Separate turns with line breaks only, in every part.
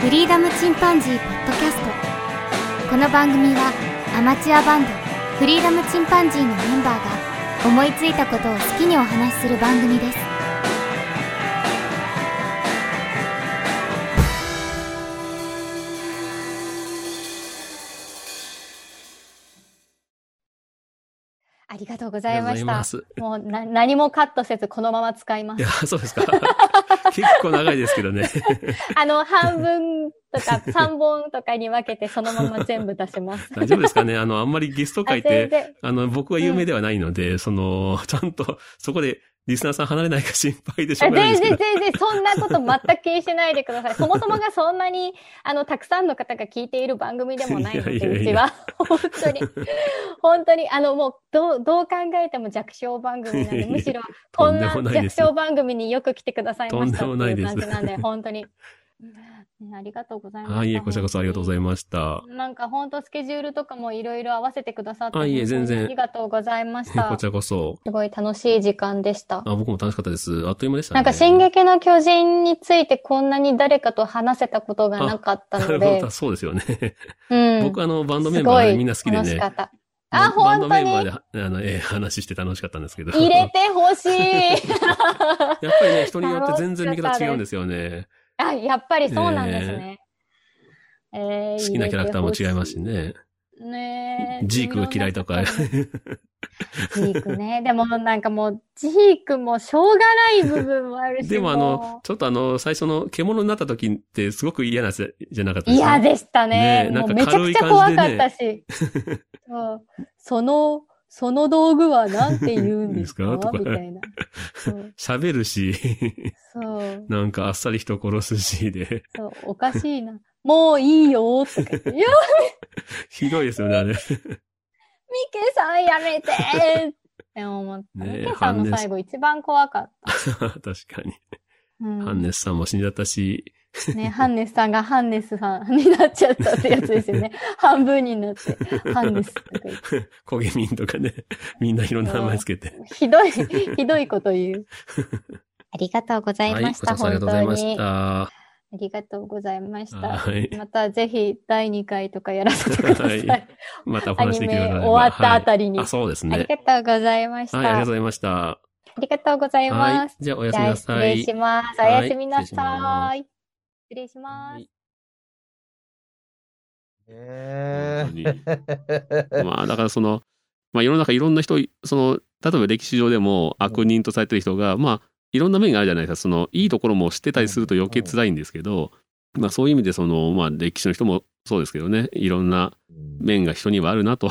フリーダムチンパンジー」ポッドキャストこの番組はアマチュアバンドフリーダムチンパンジーのメンバーが思いついたことを好きにお話しする番組ですありがとうございました。
す
もうな何もカットせずこのまま使います。
いや、そうですか。 結構長いですけどね。
あの、半分とか3本とかに分けてそのまま全部出し ます。
大丈夫ですかねあの、あんまりゲスト会って、あの、僕は有名ではないので、うん、その、ちゃんとそこでリスナーさん離れないか心配でしょうが、
全然全然、そんなこと全く気にしないでください。そもそもがそんなに、あの、たくさんの方が聞いている番組でもないので、うちは。本当に。本当に、あの、もう、どう、どう考えても弱小番組なんで、むしろ、こんな弱小番組によく来てくださいましたっていう感じなんで、本当に。ありがとうございました。はい
こちらこそありがとうございました。
なんか本当スケジュールとかもいろいろ合わせてくださって。
あ、いえ、全然。
ありがとうございました。
こちらこそ。
すごい楽しい時間でした。
あ、僕も楽しかったです。あっという間でした、
ね、なんか進撃の巨人についてこんなに誰かと話せたことがなかった ので。
そうですよね。うん。僕あの、バンドメンバーみんな好きでね。
楽しかった。あ、本当に。バンドメン
バーで、あの、えー、話して楽しかったんですけど。
入れてほしい。
やっぱりね、人によって全然見方違うんですよね。
あ、やっぱりそうなんですね。
えー、えー、好きなキャラクターも違いますしね。
ね
ジークが嫌いとか。ジ
ークね。でもなんかもう、ジークもしょうがない部分もあるし。
でもあの、ちょっとあの、最初の獣になった時ってすごく嫌なじゃなかった
ですか、ね、嫌でしたね。ねなんか、ね、めちゃくちゃ怖かったし。そ,その、その道具はなんて言うんですか みたいな。
喋るし、
そう。
なんかあっさり人殺すしで。
そう、おかしいな。もういいよとか 言って。
ひどいですよね、あれ。ミ
ケさんやめてって思った。ミケさんの最後一番怖かった。
確かに、うん。ハンネスさんも死んじゃったし。
ね、ハンネスさんがハンネスさんになっちゃったってやつですよ ね。半分になって、ハンネスとか言って。
コゲミンとかね、 みんないろんな名前つけて。
ひどい、ひどいこと言う。ありがとうございました。
はい、ありがとうございました。あ
りがとうございました。はい、またぜひ第2回とかやらせてください。はい、
またお話できるようにな
終わったあたりに、
あ。そうですね。あ
りがとうございました。
はい、ありがとうございました。
ありがとうございます。
じゃあおやすみなさ
い。失礼します。おやすみなさい。失礼します。はい、
えー、
まあだからその、まあ、世の中いろんな人その例えば歴史上でも悪人とされてる人が、まあいろんな面があるじゃないですかそのいいところも知ってたりすると余計辛いんですけど、まあ、そういう意味でその、まあ、歴史の人もそうですけどねいろんな面が人にはある なと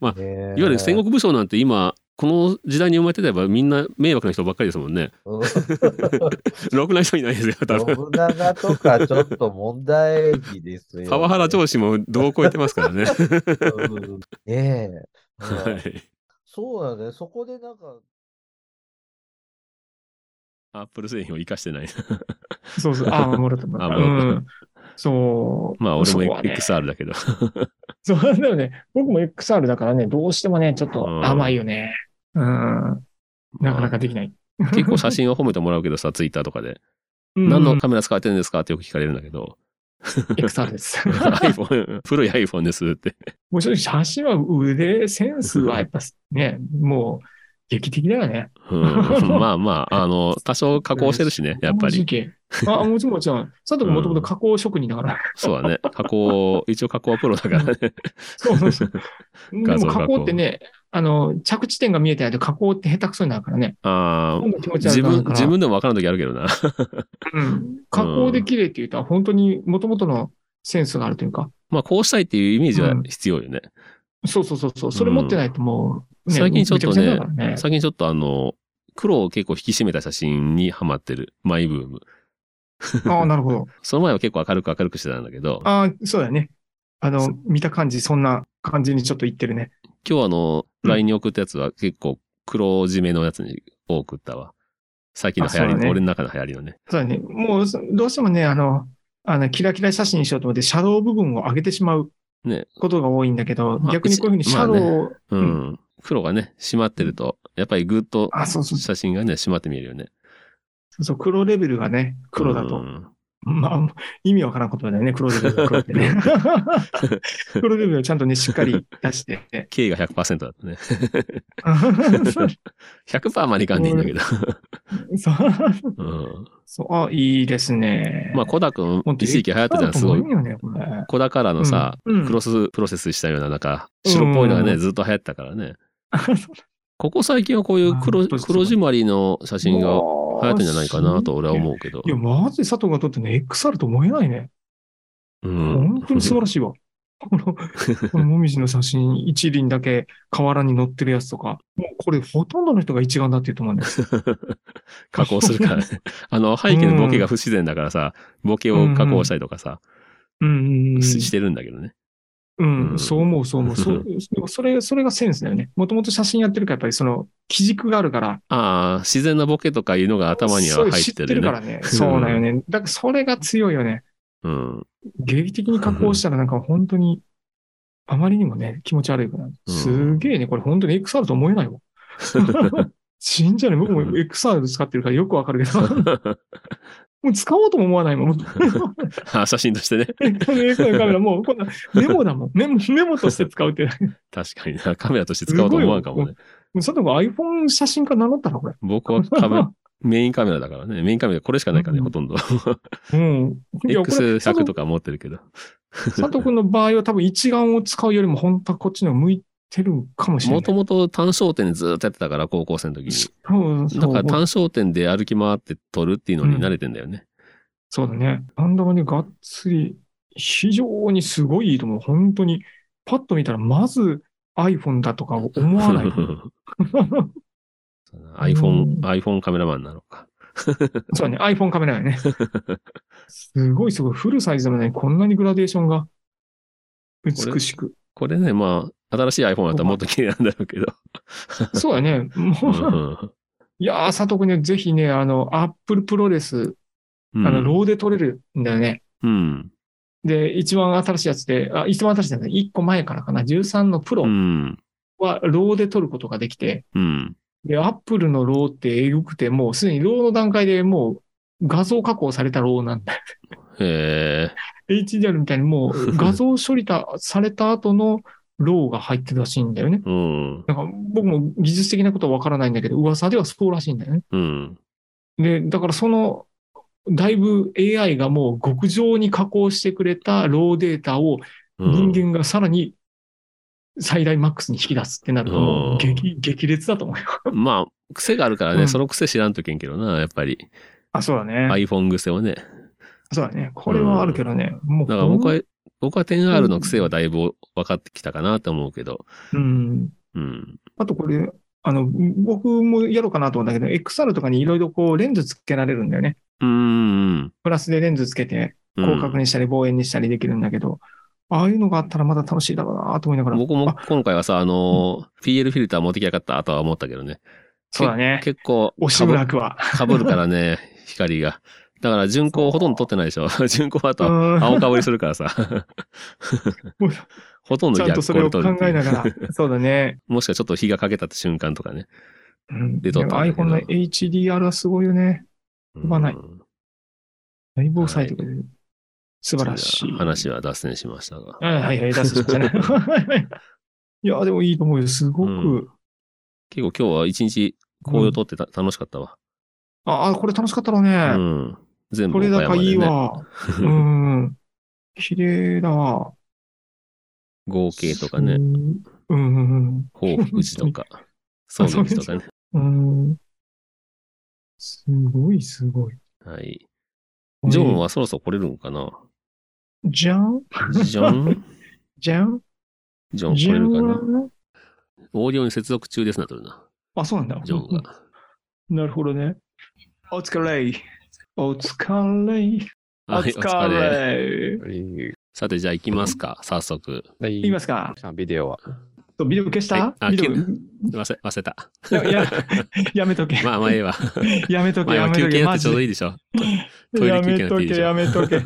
まあ、えー、いわゆる戦国武将なんて今この時代に生まれてればみんな迷惑な人ばっかりですもんね。 ろくな人いないですよ、多分。
信長とかちょっと問題で すよ、ね、
パワハラ上司もどう超えてますからね。
うん、ねえ。 はい。そうだね。そこでなんか。
アップル製品を生かしてない。。
そうそう。ああ、守るとか。あ、うん、そう
まあ、俺も XR だけど。
そう、ね、だよね。僕も XR だからね、どうしてもね、ちょっと甘いよね。うん。なかなかできない。
結構写真を褒めてもらうけど さ、ツイッターとかで。何のカメラ使ってるんですかってよく聞かれるんだけ ど。
XR です。
iPhone、古い iPhone ですって。
もちろん写真は腕、センスはやっぱね、もう劇的だよね。
うん、 まあまあ、あの、多少加工してるしね、やっぱり。
あ、もちろんもちろん。佐藤もともと加工職人だから。
そうだね。加 工、一応加工はプロだからね。
そ うそうそう。でも加工ってね、あの、着地点が見えてないと加工って下手くそになるからね。
ああ、自分、自分でも分からんときあるけどな。
うん。加工できれいって言うと、本当にもともとのセンスがあるというか。
まあ、こうしたいっていうイメージは必要よね。
うん、そうそうそうそう。それ持ってないとも
う、ね、最近ちょっとね、ね最近ちょっとあの、黒を結構引き締めた写真にハマってる。マイブーム。
ああ、な るほど。
その前は結構明るく明るくしてたんだけど。
ああ、そうだね。あの、見た感じ、そんな感じにちょっと言ってるね。
今日あの、LINE に送ったやつは結構黒締めのやつに送ったわ。最近の流行りの、ね、俺の中の流行りのね。
そうだね。もう、どうしてもね、あの、あの、キラキラ写真にしようと思って、シャドウ部分を上げてしまうことが多いんだけど、ね、逆にこういうふうにシャドウを、
ね、うん。黒がね、締まってると、やっぱりぐっと写真がね、締まって見えるよね。
そう、黒レベルがね、黒だと。まあ、意味わからんことだよね、黒デビ ュー黒ってね。黒デビューをちゃんとね、しっかり出して て。
K が100%だった ね。100%までいかんでいいんだけど。
そう。
うん
そう、あ、いいですね。
まあ、コダ君、一時期流行ったじゃん、すごい。コダからのさ、
うんうん
クロスプロセスしたような、なんか、白っぽいのが
う
ね、
ん
ずっと流行ったから ね。ここ最近はこういう
あ
黒
本当ですか
黒締まりの写真が流行ってんじゃないかなと俺は
うわ
思うけど
あ。すごい。いや、マジで佐藤が撮ってね、XR と思えないね。
うん。
本当に素晴らしいわ。この、このもみじの写真、一輪だけ河原に乗ってるやつとか、もうこれほとんどの人が一眼だって言うと思うん です
加工する からね。あの、背景のボケが不自然だからさ、ボケを加工したりとかさ、
うんうんうん。
ししてるんだけどね。
うん、
うん
そう思 う、そう思う。そううでもそれ、それがセンスだよね。もともと写真やってるから、やっぱりその、基軸があるから。
ああ、自然なボケとかいうのが頭には入ってる
そう知ってるか
よね。
ら ね。そうだよね。だからそれが強いよね。
うん。
劇的に加工したらなんか本当に、あまりにもね、気持ち悪いから。
うん
すげえね、これ本当に XR と思 えないわ。死んじゃね僕も XR 使ってるからよくわか るけど、もう使おうとも思わないもん。
あ写真としてね。
XR カメラもうこんなメモだもん。メモメモとして 使うって。も
確かにな。カメラとして使おうと思わんかもね。
う佐藤君 iPhone 写真家名乗ったらこれ。
僕はカメ ラ、メインカメラだからね。メインカメラこれしかないからね、
うん
ほとんど。
うん。いや、これ、佐
X100
藤
とか持ってるけど。
佐藤君の場合は多分一眼を使うよりも本当はこっちの方が向いてるかもしれない。
もともと単焦点でずっとやってたから、高校生の時に。
そうそう
だから単焦点で歩き回って撮るっていうのに慣れてんだよね。
そうだね。バンダムね、がっつり、非常にすごいいいと思う。本当に。パッと見たら、まず iPhone だとか思わ ない。
そうだな iPhone、iPhone カメラマンなのか。
そうだね。iPhone カメラだよね。すごいすごい。フルサイズなのに、こんなにグラデーションが美しく。
これね、まあ、新しい iPhone だったらもっと綺麗なんだろう けど。
そうだね。も
う
う、
ん
いやー、佐藤君ね、ぜひね、あの、Apple Pro レス、
う
あ
ん
の、ローで撮れるんだよね。
うん。
で、一番新しいやつで、あ、一番新しいやつね、一個前からかな。13のプロ
うん。
は、ローで撮ることができて、
うん。
で、アップルのローってえぐくて、もうすでにローの段階でもう画像加工されたローなんだ。
へえ。
HDR みたいにもう画像処理たされた後のローが入ってるらしいんだよね。
うん。
なんか僕も技術的なことはわからないんだけど、噂ではそうらしいんだよね。
うん。
で、だからその、だいぶ AI がもう極上に加工してくれたローデータを
うん
人間がさらに最大マックスに引き出すってなるともう激、激烈だと思うよ。
まあ、癖があるからね、
うん
その癖知らんといけんけどな、やっぱり。
あ、そうだね
iPhone 癖をね。
そうだね。これはあるけどね。もう
だから僕は、僕は 10R の癖はだいぶ分かってきたかなと思うけど。
うん。
うん。
あとこれ、あの、僕もやろうかなと思うんだけど、XR とかにいろいろこうレンズつけられるんだよね。
うん。
プラスでレンズつけて、
うん
広角にしたり望遠にしたりできるんだけど、ああいうのがあったらまだ楽しいだろうなと思いながら。
僕も
あ
今回はさ、あのー、PL フィルター持ってきやがったとは思ったけどね。
そうだね。
結構、
押し
かぶ
むらくは。
かぶるから ね、光が。だから、巡光ほとんど撮ってないでしょ。 巡光はあ
う
と、
ん
青かぶりするから さ
もう。
ほとん
ち
ど
ゃんと
逆
それ
光
を
で撮
考
るってい
え
う
ながら。そうだね。
もしくはちょっと日がかけたって瞬間とかね。
うん、
で撮ったんだけ
iPhone
ど
の HDR はすごいよね。
飛
ばないだいぶ抑えてくれる。素晴らしい。
話は脱線しましたが。
はいはいはい、出すしかない。いや、でもいいと思うよ。すごく。
うん結構今日は一日紅葉撮ってた、楽しかったわ。
ああ、これ楽しかったろう
う
ね。
ん。全部
これだかいい
岡山でね。
わ。うん。 綺麗だわ。
合計とかね
う、んうん
宝福寺 とか、そうめん寺とかね。
うん。うん。すごいすごい。
はい。ジョンはそろそろ来れるんかな
じゃん
ジョ ン
じゃん
ジョン
じ
来
ゃ
れ
ん
るかなオーディオに接続中ですな、とるな。
あ、そうなんだ。
ジョンが。
なるほどね。お疲れ。お疲れ。 お
はい
疲。れ。
はい
さて、じゃあ行きますか、早速。
はい。
言いますか。
ビデオは。
そうビデオ消した
えあ
ビデオ。
消忘れ、忘れた。
やや やめとけ。
まあまあええ わ。
やめと
ま
け。
あ
や
今
め
休憩
とけ。
やっ
マ
てちょ
ジ
うど
で
いいでしょ。トイレ
や
休憩
め
やって
と
いいで
け、
しょ
や。めとけ。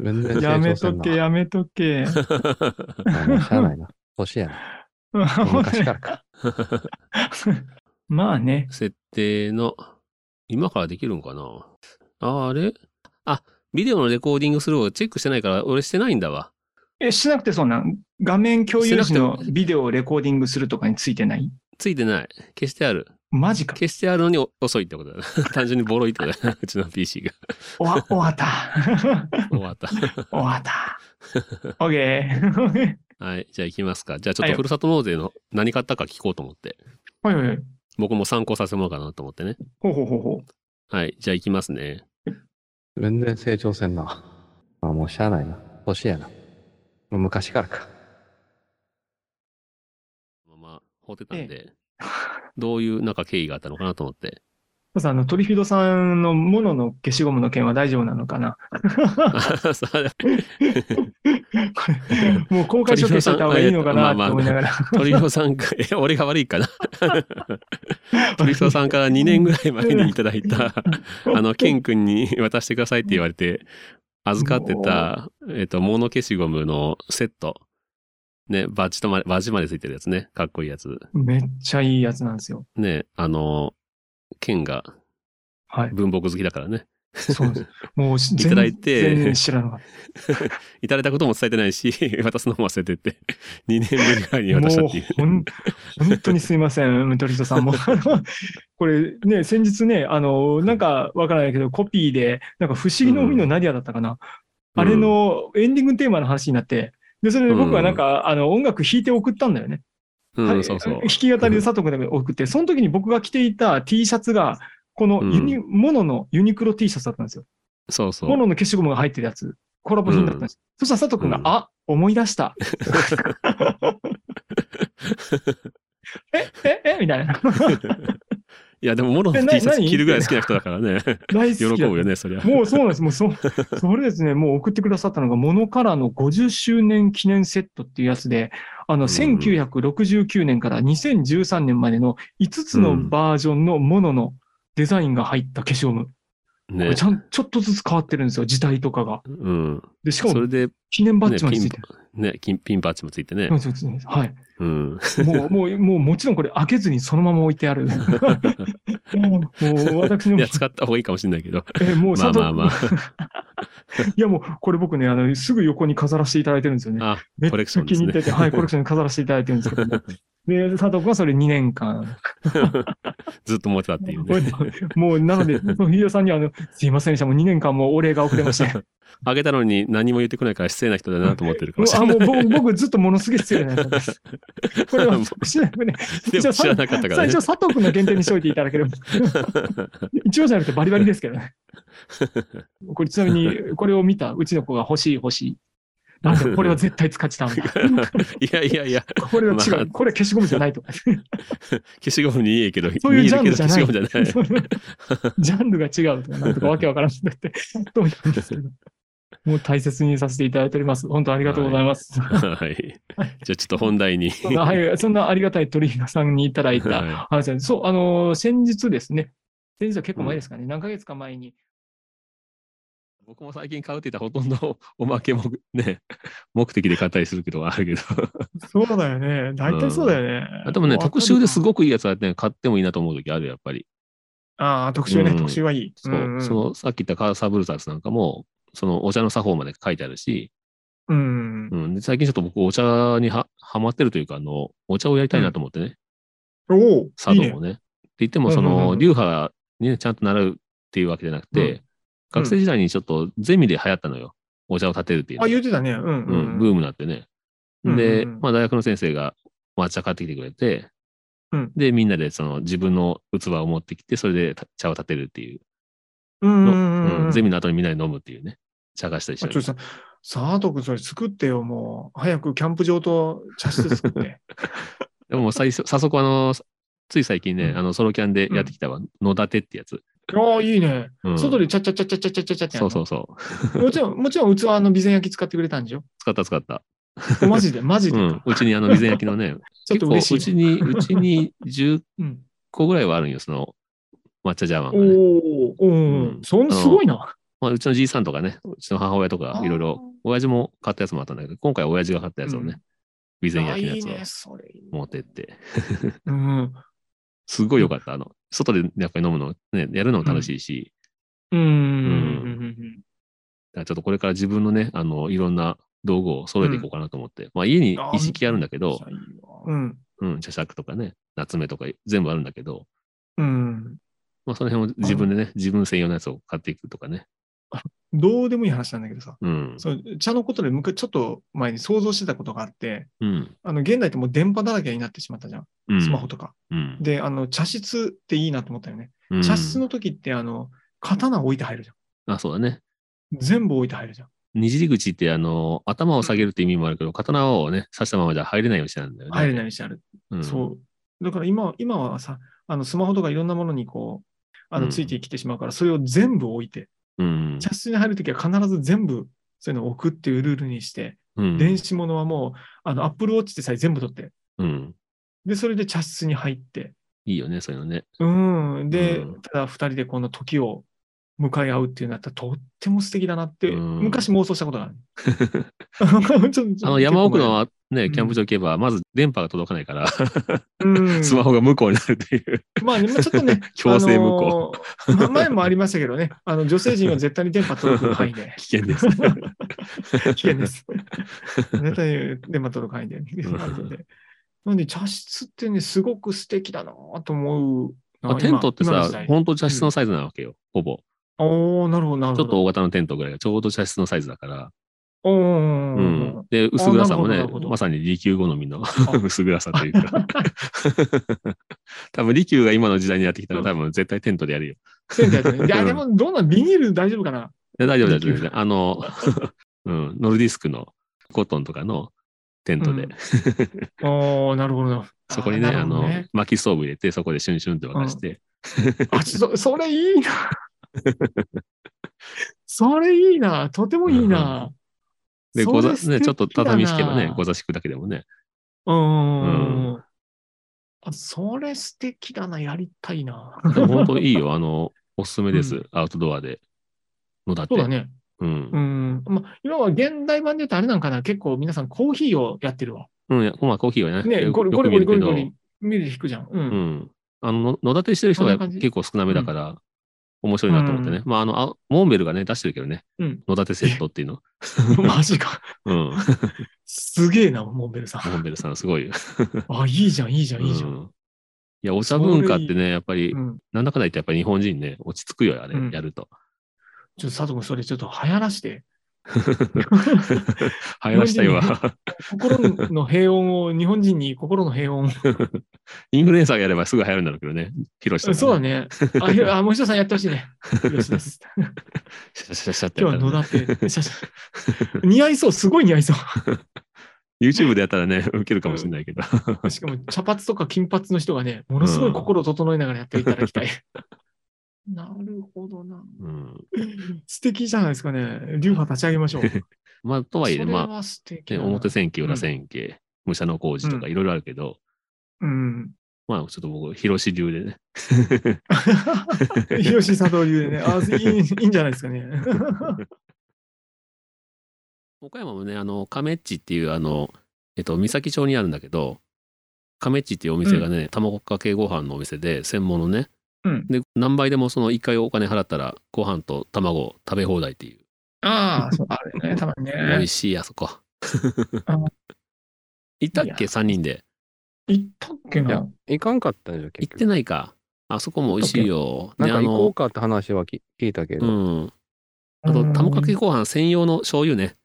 全然
やめ
成長せ
と
んな
け、やめと け。
あもうしゃ あないな。年やな。 昔からか。
まあね。
設定の、今からできるんかなあれあ、ビデオのレコーディングするをチェックしてないから、俺してないんだわ。
え、しなくてそんなん、画面共有時のビデオをレコーディングするとかについてない
ついてない。消してある。
マジか。
消してあるのに遅いってことだ。 単純にボロいってこと だ。うちの PC が。
おわ、終わった。
終わった。
終わった。オッケー。
はい。じゃあ行きますか。じゃあちょっ
は
と
い
ふるさと納税の何買ったか聞こうと思って。
はいはいはい。
僕も参考させてもらおうかなと思ってね。
ほうほうほうほ
はい。じゃあ行きますね。
全然成長せんな。まあもうしゃあないな。年やな。もう昔からか。
まあまあ、放ってたんで、どういうなんか経緯があったのかなと思 って。
う。さん、あの、トリフィドさんのモノの消しゴムの件は大丈夫なのかな
あそれ
もう公開処刑しといた方がいいのかなと思いながら。
鳥野さんか、え、俺が悪い かな鳥野さんから2年ぐらい前にいただいた、あ の、ケン君に渡してくださいって言われて、預かってた、えっ、と、モノ消しゴムのセット。ね、バッジとまで、バッジまでついてるやつね。かっこいいやつ。
めっちゃいいやつなんですよ。
ね、あの、ケンが
はい。
文房具好きだからね。
そうです。もうし、
いただいて
全然知らなかっ
いただいたことも伝えてないし、 渡すのも忘れてて、2年ぶりぐらいに
た。
渡した
もう
っていう。
ほん、本当にすいません、 トリフィドさんも。あのこれね、先日ね、あの、なんかわからないけど、コピーで、なんか不思議の海のナディアだったかな。あれのエンディングテーマの話になって、で、それで僕はなんか、あの、音楽弾いて送ったんだよね。
うん、
は
う
い
ん、そうそう
弾。き語りで佐藤君だけ送って、その時に僕が着ていた T シャツが、このユニ、モノのユニクロ T シャツだったんですよ。
そうそ
モ
う。
ノの消しゴムが入ってるやつ、コラボ品だったんです。そしたら佐藤君が、
うん
あ、思い出 した。え、え、えみたいな。
いや、でも、モロの
え
T
な
シャツ
何
着るぐらい好きな人だからね。
大
喜
好きだ
ぶよね、そりゃ。
もうそうなんです。も うそ、それですね、もう送ってくださったのが、モノカラーの50周年記念セットっていうやつで、あの、
ん
1969年から2013年までの5つのバージョンのモノのデザインが入った消しゴム。こ
ね
れち。ゃん、ちょっとずつ変わってるんですよ、時代とかが。
うん。
で、しか
そ
も
れで、
記念バッ
ね、
ジまで
ピ
つ
ン
いてる。、
ね、金ピンバッジもついてね
うん。そうですね はい。
うん。
もう、もう、もう、もちろんこれ開けずにそのまま置いてある。 もう、私の
いや、使った方がいいかもしれないけど。
え、
ま
もう
あ
佐藤
まあま
いやもう、これ僕ね、あの、すぐ横に飾らせていただいてるんですよね。
あ、
めっ
コレクシ
ち
ョ
ゃ
ン
気
です
に入って
ね。
て、はい、コレクションに飾らせていただいてるんですけ ども。で、佐藤君はそれ2年間。
ずっと持ってたっていう
これ
ね
で。もう、なの で、そのヒデさんにはあの、すいませんでした、もう2年間もうお礼が遅れ まして。
あげたのに何も言ってこないから失礼な人だなと思ってるかも
もう
しれ
あ
ない。
もう僕僕ずっとものすげえ失礼なやつです。これ は、
もう
知らなくね、
でも知らなかったから
最
ね
初、。佐藤君の限定にしといていただけ れば。一応じゃなくてバリバリですけどね。これちなみに、これを見たうちの子が欲しい欲しい。なんでこれは絶対使っちゃダメだ。
いやいやいや、
これは違
まあ
う。これは消しゴムじゃないとか。
消しゴムにいいけど、
そういう
見
ジ
え
ャ
る
ン
けど
ルじ
消
ゃな
し
い
ゴムじゃない。
そういうジャンルが違うとか、なんとかわけわからんくなって、どうなんですけど。もう大切にさせていただいております。本当ありがとうございます。
はい。じゃあちょっと本題に。
そんなはい、そんなありがたい鳥居さんにいただいた
は
話なんですそう、あのー先日ですね。先日は結構前ですかね。何ヶ月か前に。
い僕も最近買うって言ったらほとんど おまけもね、目的で買ったりするけどあるけど。
そうだよね。大体そうだよね。
あでもね、特集です
い。
ごくいいやつはね、買ってもいいなと思う時ある、やっぱり。
ああ、特集ね、
うん
特集はいい。
そう。
んん
その、さっき言ったカーサブルザースなんかも、その、お茶の作法まで書いてあるし、
うん。
うん。で最近ちょっと僕、お茶には、はまってるというか、あの、お茶をやりたいなと思ってね、
おお
茶道をね。って言っても、そ
うんうんう
の、
ん
流派にね、ちゃんと習うっていうわけじゃなくて、
うん
学生時代にちょっとゼミで流行ったのよ。お茶を立てるっていうのが。
あ、言ってたね。うん。
う、
うんん。
ブームになってね。
うん
で、
うんうん
まあ大学の先生が抹茶買ってきてくれて、
うん
で、みんなでその自分の器を持ってきて、それでた茶を立てるっていう
うん
の、
うんうん。
ゼミの後にみんなで飲むっていうね、茶化したりし
あ
た
ちょっと
り。
さ、佐藤君それ作ってよ、もう。早くキャンプ場と茶室作って。
でももう最 初、早速あの、つい最近ね、
うん
あの、ソロキャンでやってきたわ、野立てってやつ。
ああ、いいね。
うん
外でチャチャチャチャチャチャチャチャってや
そ
る
う
の
そうそう。
もちろん、もちろん器の備前焼き使ってくれたんでしょ
使った使った。
おマジで、マジ
う
でか。
ん。うちにあの、備前焼きのね、
ちょっ
結構
と嬉
う
しい。
ちに、うちに10
うん、
個ぐらいはあるんよ、その、抹茶ジャーマン
お
がね。
ーおー、
うん
そんすごいな。
まあ、うちのじいさんとかね、うちの母親とか、いろいろ、親父も買ったやつもあったんだけど、今回親父が買ったやつをね、備前
あ
焼きの
いい
や
ね、
つ
それい
を
いね。
持ってって、
うん。
すごい良かった。あの、外でやっぱり飲むの、ね、やるのも楽しいし、
うんうんう
う
んうん
からちょっとこれから自分のね、あの、いろんな道具を揃えていこうかなと思って。まあ家に一式あるんだけど、
うん。
うん、茶杓とかね、夏目とか全部あるんだけど、
うん。
まあその辺を自分でね、自分専用のやつを買っていくとかね。
どうでもいい話なんだけどさ、
うん。
そう茶のことで昔ちょっと前に想像してたことがあって、
うん。
あの現代ってもう電波だらけになってしまったじゃん、
うん
スマホとか。
うん。
で、あの茶室っていいなと思ったよね。
うん
茶室の時って、あの、刀置いて入るじゃん。
あ、そうだね。
全部置いて入るじゃん。
にじり口って、あの、頭を下げるって意味もあるけど、刀をね、刺したままじゃ入れないようにしてあるんだよね。
入れないようにしてある。
うん。
そう。だから今、今はさ、あのスマホとかいろんなものにこう、あ
う
の
ん
ついてきてしまうから、それを全部置いて、
うん。
茶室に入る時は必ず全部そういうのを置くっていうルールにして、
うん。
電子物はもう、あの、アップルウォッチでさえ全部取って、
うん。
で、それで茶室に入って、
いいよね、そういうのね。
うん。で、
うん
ただ二人でこの時を迎え合うっていうのだったらとっても素敵だなって、
うん
昔妄想したことがある。ちょっと
あの、山奥、 の
う
ね、
ん
キャンプ場行けば、まず電波が届かないから、
うん
スマホが無効になるという。、
まあね、まあちょっとね
強制無効、
あのーま前もありましたけどね、あの女性陣は絶対に電波届く範囲で
危険です。
危険です。絶対に電波届く範囲で。なんで、茶室ってね、すごく素敵だなと思うな。
まあテントって
今の
さ
時代、
本当茶室のサイズなわけよ、ほぼ。
おー、なるほど、なる
ち
ほ
ょ
ど。
っと大型のテントぐらいがちょうど茶室のサイズだから。
お
う
ー
ん。で、薄暗さも
な
ね
るほどなるほ、ど
まさに利休好みの 薄暗さというか。 多分利休が今の時代にやってきたら多分絶対テントでやるよ。
テント やってるいや、でも、どんな、ビニール大丈夫かない
や大丈夫大丈夫
利休
あの、 うん、ノルディスクのコットンとかのテントで、
うんおー、なるほどな。
そこにね、
ーな
あ
るほど
の、薪ストーブ入れて、そこでシュンシュンって沸かして、
あ、そ、それいいな。 それいいな。とてもいいな。
で、ござ、ね、ちょっと畳
し
敷けばね、ご座敷くだけでもね、
うん
う
あ。それ素敵だな。やりたいな。
でも本当いいよ。あの、おすすめです。アウトドアで。のだって。
そうだね。
うん
う。ん。まあ、今は現代版で言うとあれなんかな。結構皆さんコーヒーをやって るわ。
うん。いやまあ、コーヒーはね。
ね、
よ
ゴリゴリゴ
よ
リ
く見る
ゴリ
け
ゴ
ど
リ、見る引くじゃん。う。
うんん。あの、の野立てしてる人
そ
が
んな感じ
結構少なめだから、面白いなと思ってね。まあ、あの、あモンベルがね、出してるけどね。
うん
野立てセットっていうの。
マジか。
うん。
すげえな、モンベルさ
モン
ん。
ベルさん、すごいよ。
あ、いいじゃん、いいじゃん、いいじゃ。
うんんいや、お茶文化ってね、やっぱり
う、ん。
なんだかんだ言って、やっぱり日本人ね、落ち着くよ、あれ
うん、
やると。
ちょっと佐藤君、それちょっと流行らして。
流行らしたいわ。
心の平穏を、日本人に心の平 穏を。
インフルエンサーがやればすぐ流行るんだろうけどね。ヒロシとか
そうだね。あ、ひろあ、もう一度さんやってほしいね。よろしい です。
シャシャシャシャってや
今
っ
日
たら
は
ね
野田って、写真。似合いそう、すごい似合いそ
YouTube でやったらね、受けるかもしれないけど。
う。しかも、茶髪とか金髪の人がね、ものすごい心を整えながらやっていただきたい。なるほどな。
うん、
素敵じゃないですかね。流派立ち上げましょう。
まあ、とはいえ、
それ
ま
は素敵
あ、ね、
だな
表千家、裏千家、武者の工事とかいろいろあるけど、
うん。
まあ、ちょっと僕、広志流でね。
広志佐藤流でね。あ、いいいいんじゃないですかね。
岡山もね、あの、亀っちっていう、あの、えっと、三崎町にあるんだけど、亀っちっていうお店がね、卵かけご飯のお店で、専門のね。
うん
で、何倍でもその1回お金払ったら、ご飯と卵を食べ放題っていう。
ああ、そう、あるね、たまに
美
ね
味。しい、あそこ
あ。
行ったっ
いや
け ?3 人で。
行ったっけ
いや
な。
行かんかったんじゃん、結
行って
局。
ないか。あそこも美味しいよ。
な
ね
んか
あ
行こ
の
うかって話はき聞いたけ
う
ど、
ん。あと、卵かけご飯専用の醤油ね。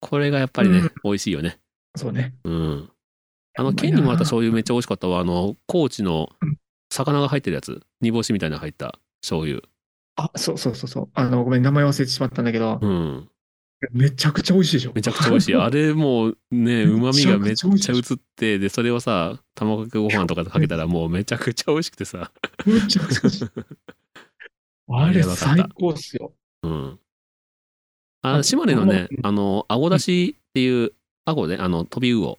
これがやっぱりね、
うん
美味しいよね。
そうね。
うん。あの、
うまいな
県にもらった醤油めっちゃ美味しかったわ。あの、高知の
うん
魚が入ってるやつ。煮干しみたいなの入った醤油。
あ、そうそうそうそう。あの、ごめん、名前忘れてしまったんだけど、
うん。
めちゃくちゃ美味しいでしょ。
めちゃくちゃ美味し い。あれもうね、
めちゃくちゃ
うまみがめっちゃ
美味しい
移って、で、それをさ、卵かけご飯とかでかけたらもうめちゃくちゃ美味しくてさ。
めちゃくちゃ美味しい。あれ、最高っすよ。
うん。
あ
あ
の
島根のね
う、
あの、あごだしっていう、あごね、あの、飛び魚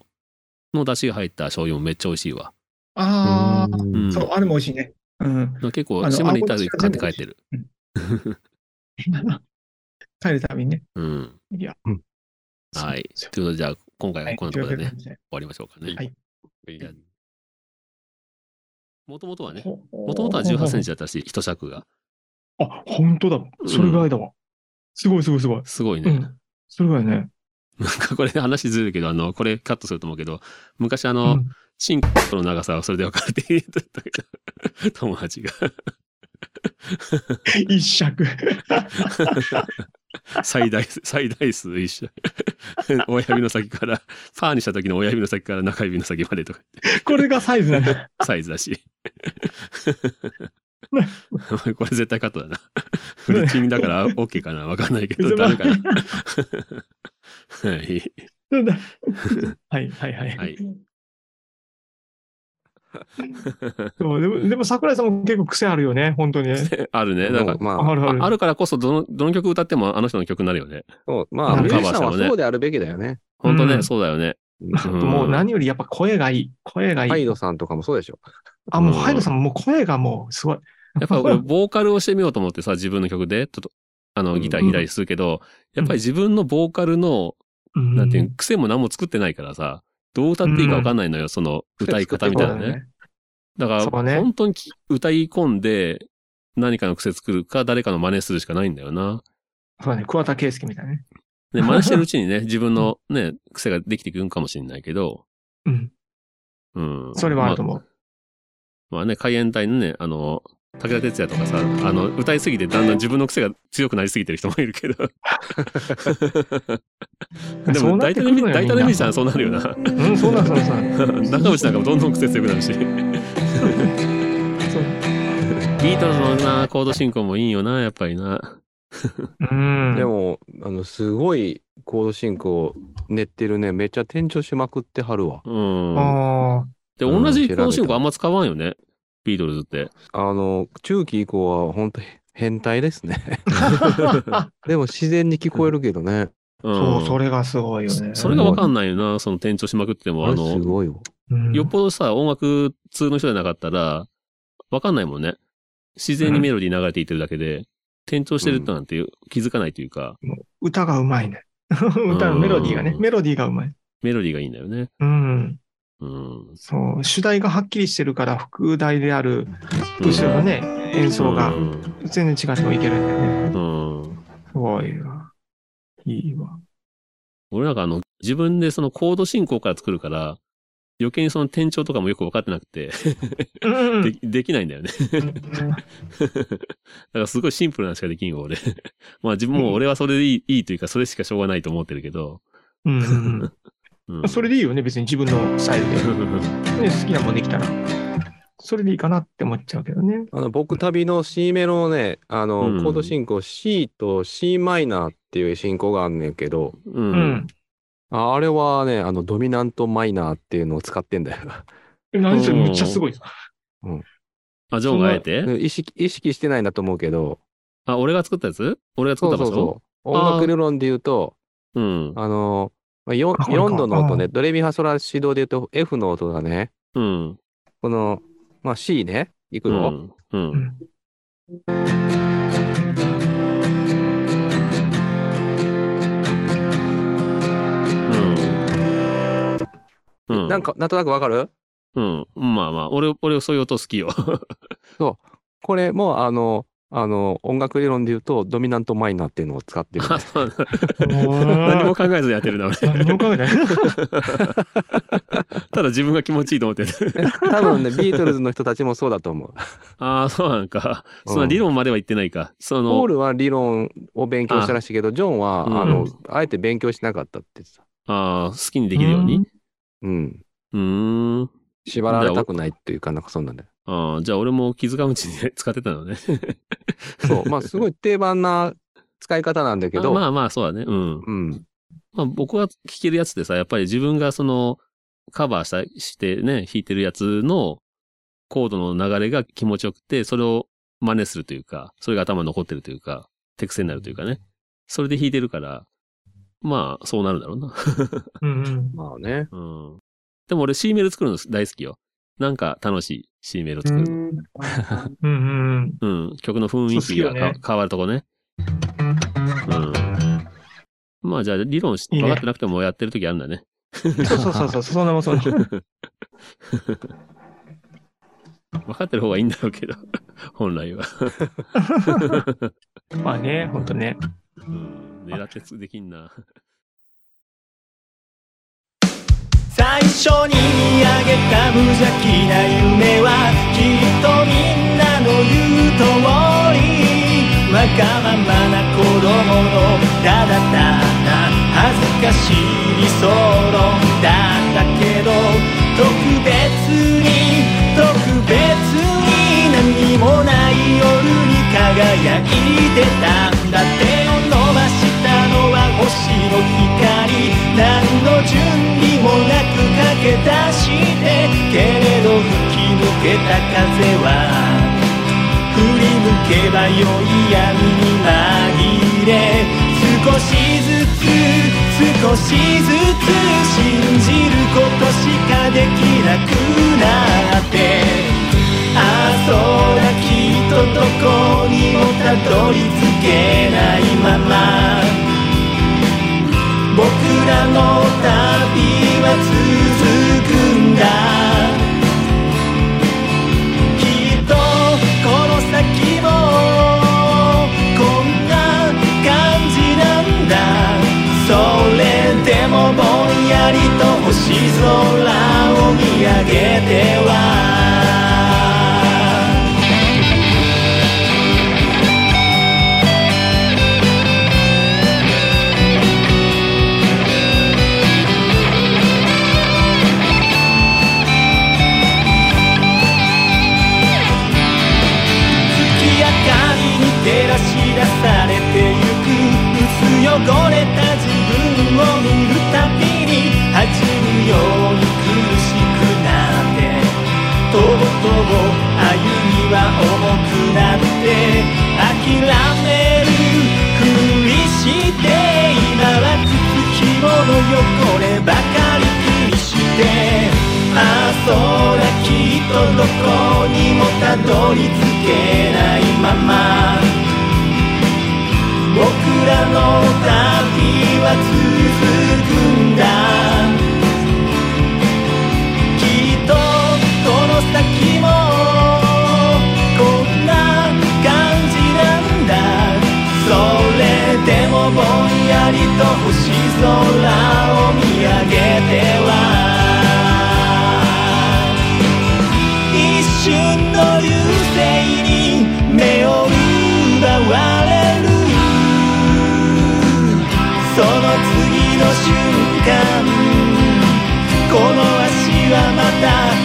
のだしが入った醤油もめっちゃ美味しいわ。
ああ、
うん。
そう、あれも美味しいね。うん。
結
あ
構、
の
島根行ったら
あごだしは
買って帰ってる。
帰るたびにね。
うん。
いや。
うん
はい
そう。
ということで、じゃあ、今回はこんなところでね、終
そうはい
わりましょうかね。
はい
や。もともとはね、
ほ
もともとは18センチだったらしい、一尺が。
あ、本当だ。それぐらいだわ。すごいすごいすごい。
すごいうね。
ん。それぐらいね。
なん かこれ話ずれるけど、あの、これカットすると思うけど、昔あ
う
の、
ん、
チンコの長さはそれで分かるって言ってたけど、 友達 が。
一尺。
最大、最大数一緒。 親指の先から、パーにした時の親指の先から中指の先までとか、
これがサイズなんだ。
サイズだし。これ絶対カットだな。フルチンだから OK かなわかんないけど、ダメかなはい。
なんだ はいはいはい。
はい
そうでも、でも桜井さんも結構癖あるよね、本当にね。
あるね。なんか、
ま
あ
あ、
るある。
あるからこそ、どの、どの曲歌ってもあの人の曲になるよね。
そうまあ、
うん
ミュージシャン
カバーしたの
は
ね
そうであるべきだよね。
ほんと
う
ね、
ん
そうだよね。
うん
うん
もう何よりやっぱ声がいい。声がいい。
ハイドさんとかもそうでしょ。
あ、もう
うん
ハイドさんもう声がもうすごい。
やっぱ俺、ボーカルをしてみようと思ってさ、自分の曲で、ちょっと、あの、ギター
うん
弾いたりするけど、やっぱり自分のボーカルの、
な
なんていう、癖も何も作ってないからさ、どう歌っていいか分かんないのよ、その歌い方みたいな
そうだ
ね。
ね
だか
そう
ら、
ね
本当にき歌い込んで、何かの癖作るか、誰かの真似するしかないんだよな。
そうだね。桑田佳祐みたいなね。
で、真似してるうち にね、自分のね、癖ができてくるんかもしれないけど、
うん。
うん。
それはあると
ま
思う。
まあね、海援隊のね、あの、武田鉄矢とかさ、あの、歌いすぎてだんだん自分の癖が強くなりすぎてる人もいる けど。で
そう
も、
なっ
大体
てく
の
る
み、
のよ
大体
みん
の
な
みーさんそうなるよな。
うん、そうなんそうなんそうなん。
中渕なんかもどんどん癖強くなるし。
そう
ビートルズのな、コード進行もいいよな、やっぱりな。
うん。
でも、あの、すごいコード進行練ってるね。めっちゃ転調しまくってはるわ。
うん。
ああ、
で、同じコード進行あんま使わんよね。ビートルズって。
あの、中期以降は本当変態です ね。でも自然に聞こえるけどね。
うん。
そう、それがすごいよね。
それがわかんないよな、その転調しまくっても、
あ
あ
れす
の、
ごいよ。
うん
よっぽどさ、音楽通の人じゃなかったら、わかんないもんね。自然にメロディー流れていってるだけで、転調してるなんていう気づかないというか、
歌がうまいね。歌のメロディーがね
う、ん
メロディーがうまい。
メロディーがいいんだよね。
うん。
うん。
そう、主題がはっきりしてるから、副題である、後ろのね、演奏が
う、ん
全然違ってもいけるんだよね。
うん。
すごいわ。いいわ。
俺なんかあの、自分でそのコード進行から作るから、余計にその転調とかもよく分かってなくて、
うん
でできないんだよね。 だからすごいシンプルなのしかできんよ、俺。 まあ自分も俺はそれでいいいいというか、それしかしょうがないと思ってるけど。
うんうん
うん
うん。それでいいよね、別に自分のスタイルで。ね、好きなもんできたら。それでいいかなって思っちゃうけどね。
あの、僕旅の C メロのね、あの、
うん
コード進行 C と C マイナーっていう進行があんねんけど、
う。
うんん。
ああれはね、あの、ドミナントマイナーっていうのを使ってんだよ。
え何それ、むっちゃすごい。
あ、ジョンがあえて
意識、意識してないんだと思うけど、
あ、俺が作ったやつ俺が作
そ
っ
う
た
そ
場
う
所
そう。
あー
音楽理論で言うと、
うん。
あの、まあ、4,
あこれか
度の音
う
ね、ドレミファソラシドで言うと F の音がね、
うん。
この、まあ、C ね、いく
う
の、
ん。うん。うん。う
なん、か、なんとなくわかる
うん。まあまあ、俺、俺、そういう音好きよ。
これも、あの、あの、音楽理論で言うと、ドミナントマイナーっていうのを使ってる ね、
あそうなんだ何
何
も考えずにやってる な、俺。
何も考えない。
ただ自分が気持ちいいと思ってる。
多分ね、ビートルズの人たちもそうだと思う。
ああ、そうなんか。
う ん
その理論までは言ってないか。そ
ポー
の、
ルは理論を勉強したらしいけど、ジョンは、
うん
あの、あえて勉強しなかったって言ってた。
ああ、好きにできるように。
うん。
うーん。
縛られたくないっていうか、なんかそんなんだよ。
ああ、じゃあ俺も気づかんうちに 使ってたのね。
そう。まあ、すごい定番な使い方なんだけ
あ
ど、
まあまあ、そうだね。うん。
うん。
まあ僕は聴けるやつでさ、やっぱり自分がその、カバーした、してね、弾いてるやつのコードの流れが気持ちよくて、それを真似するというか、それが頭に残ってるというか、手癖になるというかね。それで弾いてるから、まあ、そうなるだろうな。
うんうん
まあね。
うん。でも俺 C メロ作るの大好きよ。なんか楽しい C メロ作る。
うんうんうん。
うん。曲の雰囲気が
そう好き
か、
よね
変わるとこね。うん。まあじゃあ理論し
いい
分
ね
かってなくてもやってる時あるんだね。
そうそうそうそう、そんなもんそんなもん。
分かってる方がいいんだろうけど、本来は。
まあね、ほんとね。
うんネタ鉄できんな。
最初にあげた無邪気な夢はきっとみんなの言う通りわがままな子供のただただ恥ずかしい理想論だったけど特別に特別に何もない夜に輝いてたんだ手を伸ばしたのは星の光何の準備もなく駆け出してけれど吹き抜けた風は振り向けば良い闇に紛れ少しずつ少しずつ信じることしかできなくなってああそうだきっとどこにもたどり着けないまま僕らの旅は続くんだきっとこの先もこんな感じなんだそれでもぼんやりと星空を見上げては月明かりに照らし出されてゆく薄汚れた自分を見るたびに弾むように苦しくなってとぼとぼ歩みは重くなって諦めるふりして今は靴ひもの汚ればかり気にしてああそうだきっとどこにもたどり着けないまま僕らの旅は続くんだきっとこの先もこんな感じなんだそれでもぼんやりと星空を見上げては一瞬の流星に目を奪われるその次の瞬間この足はまた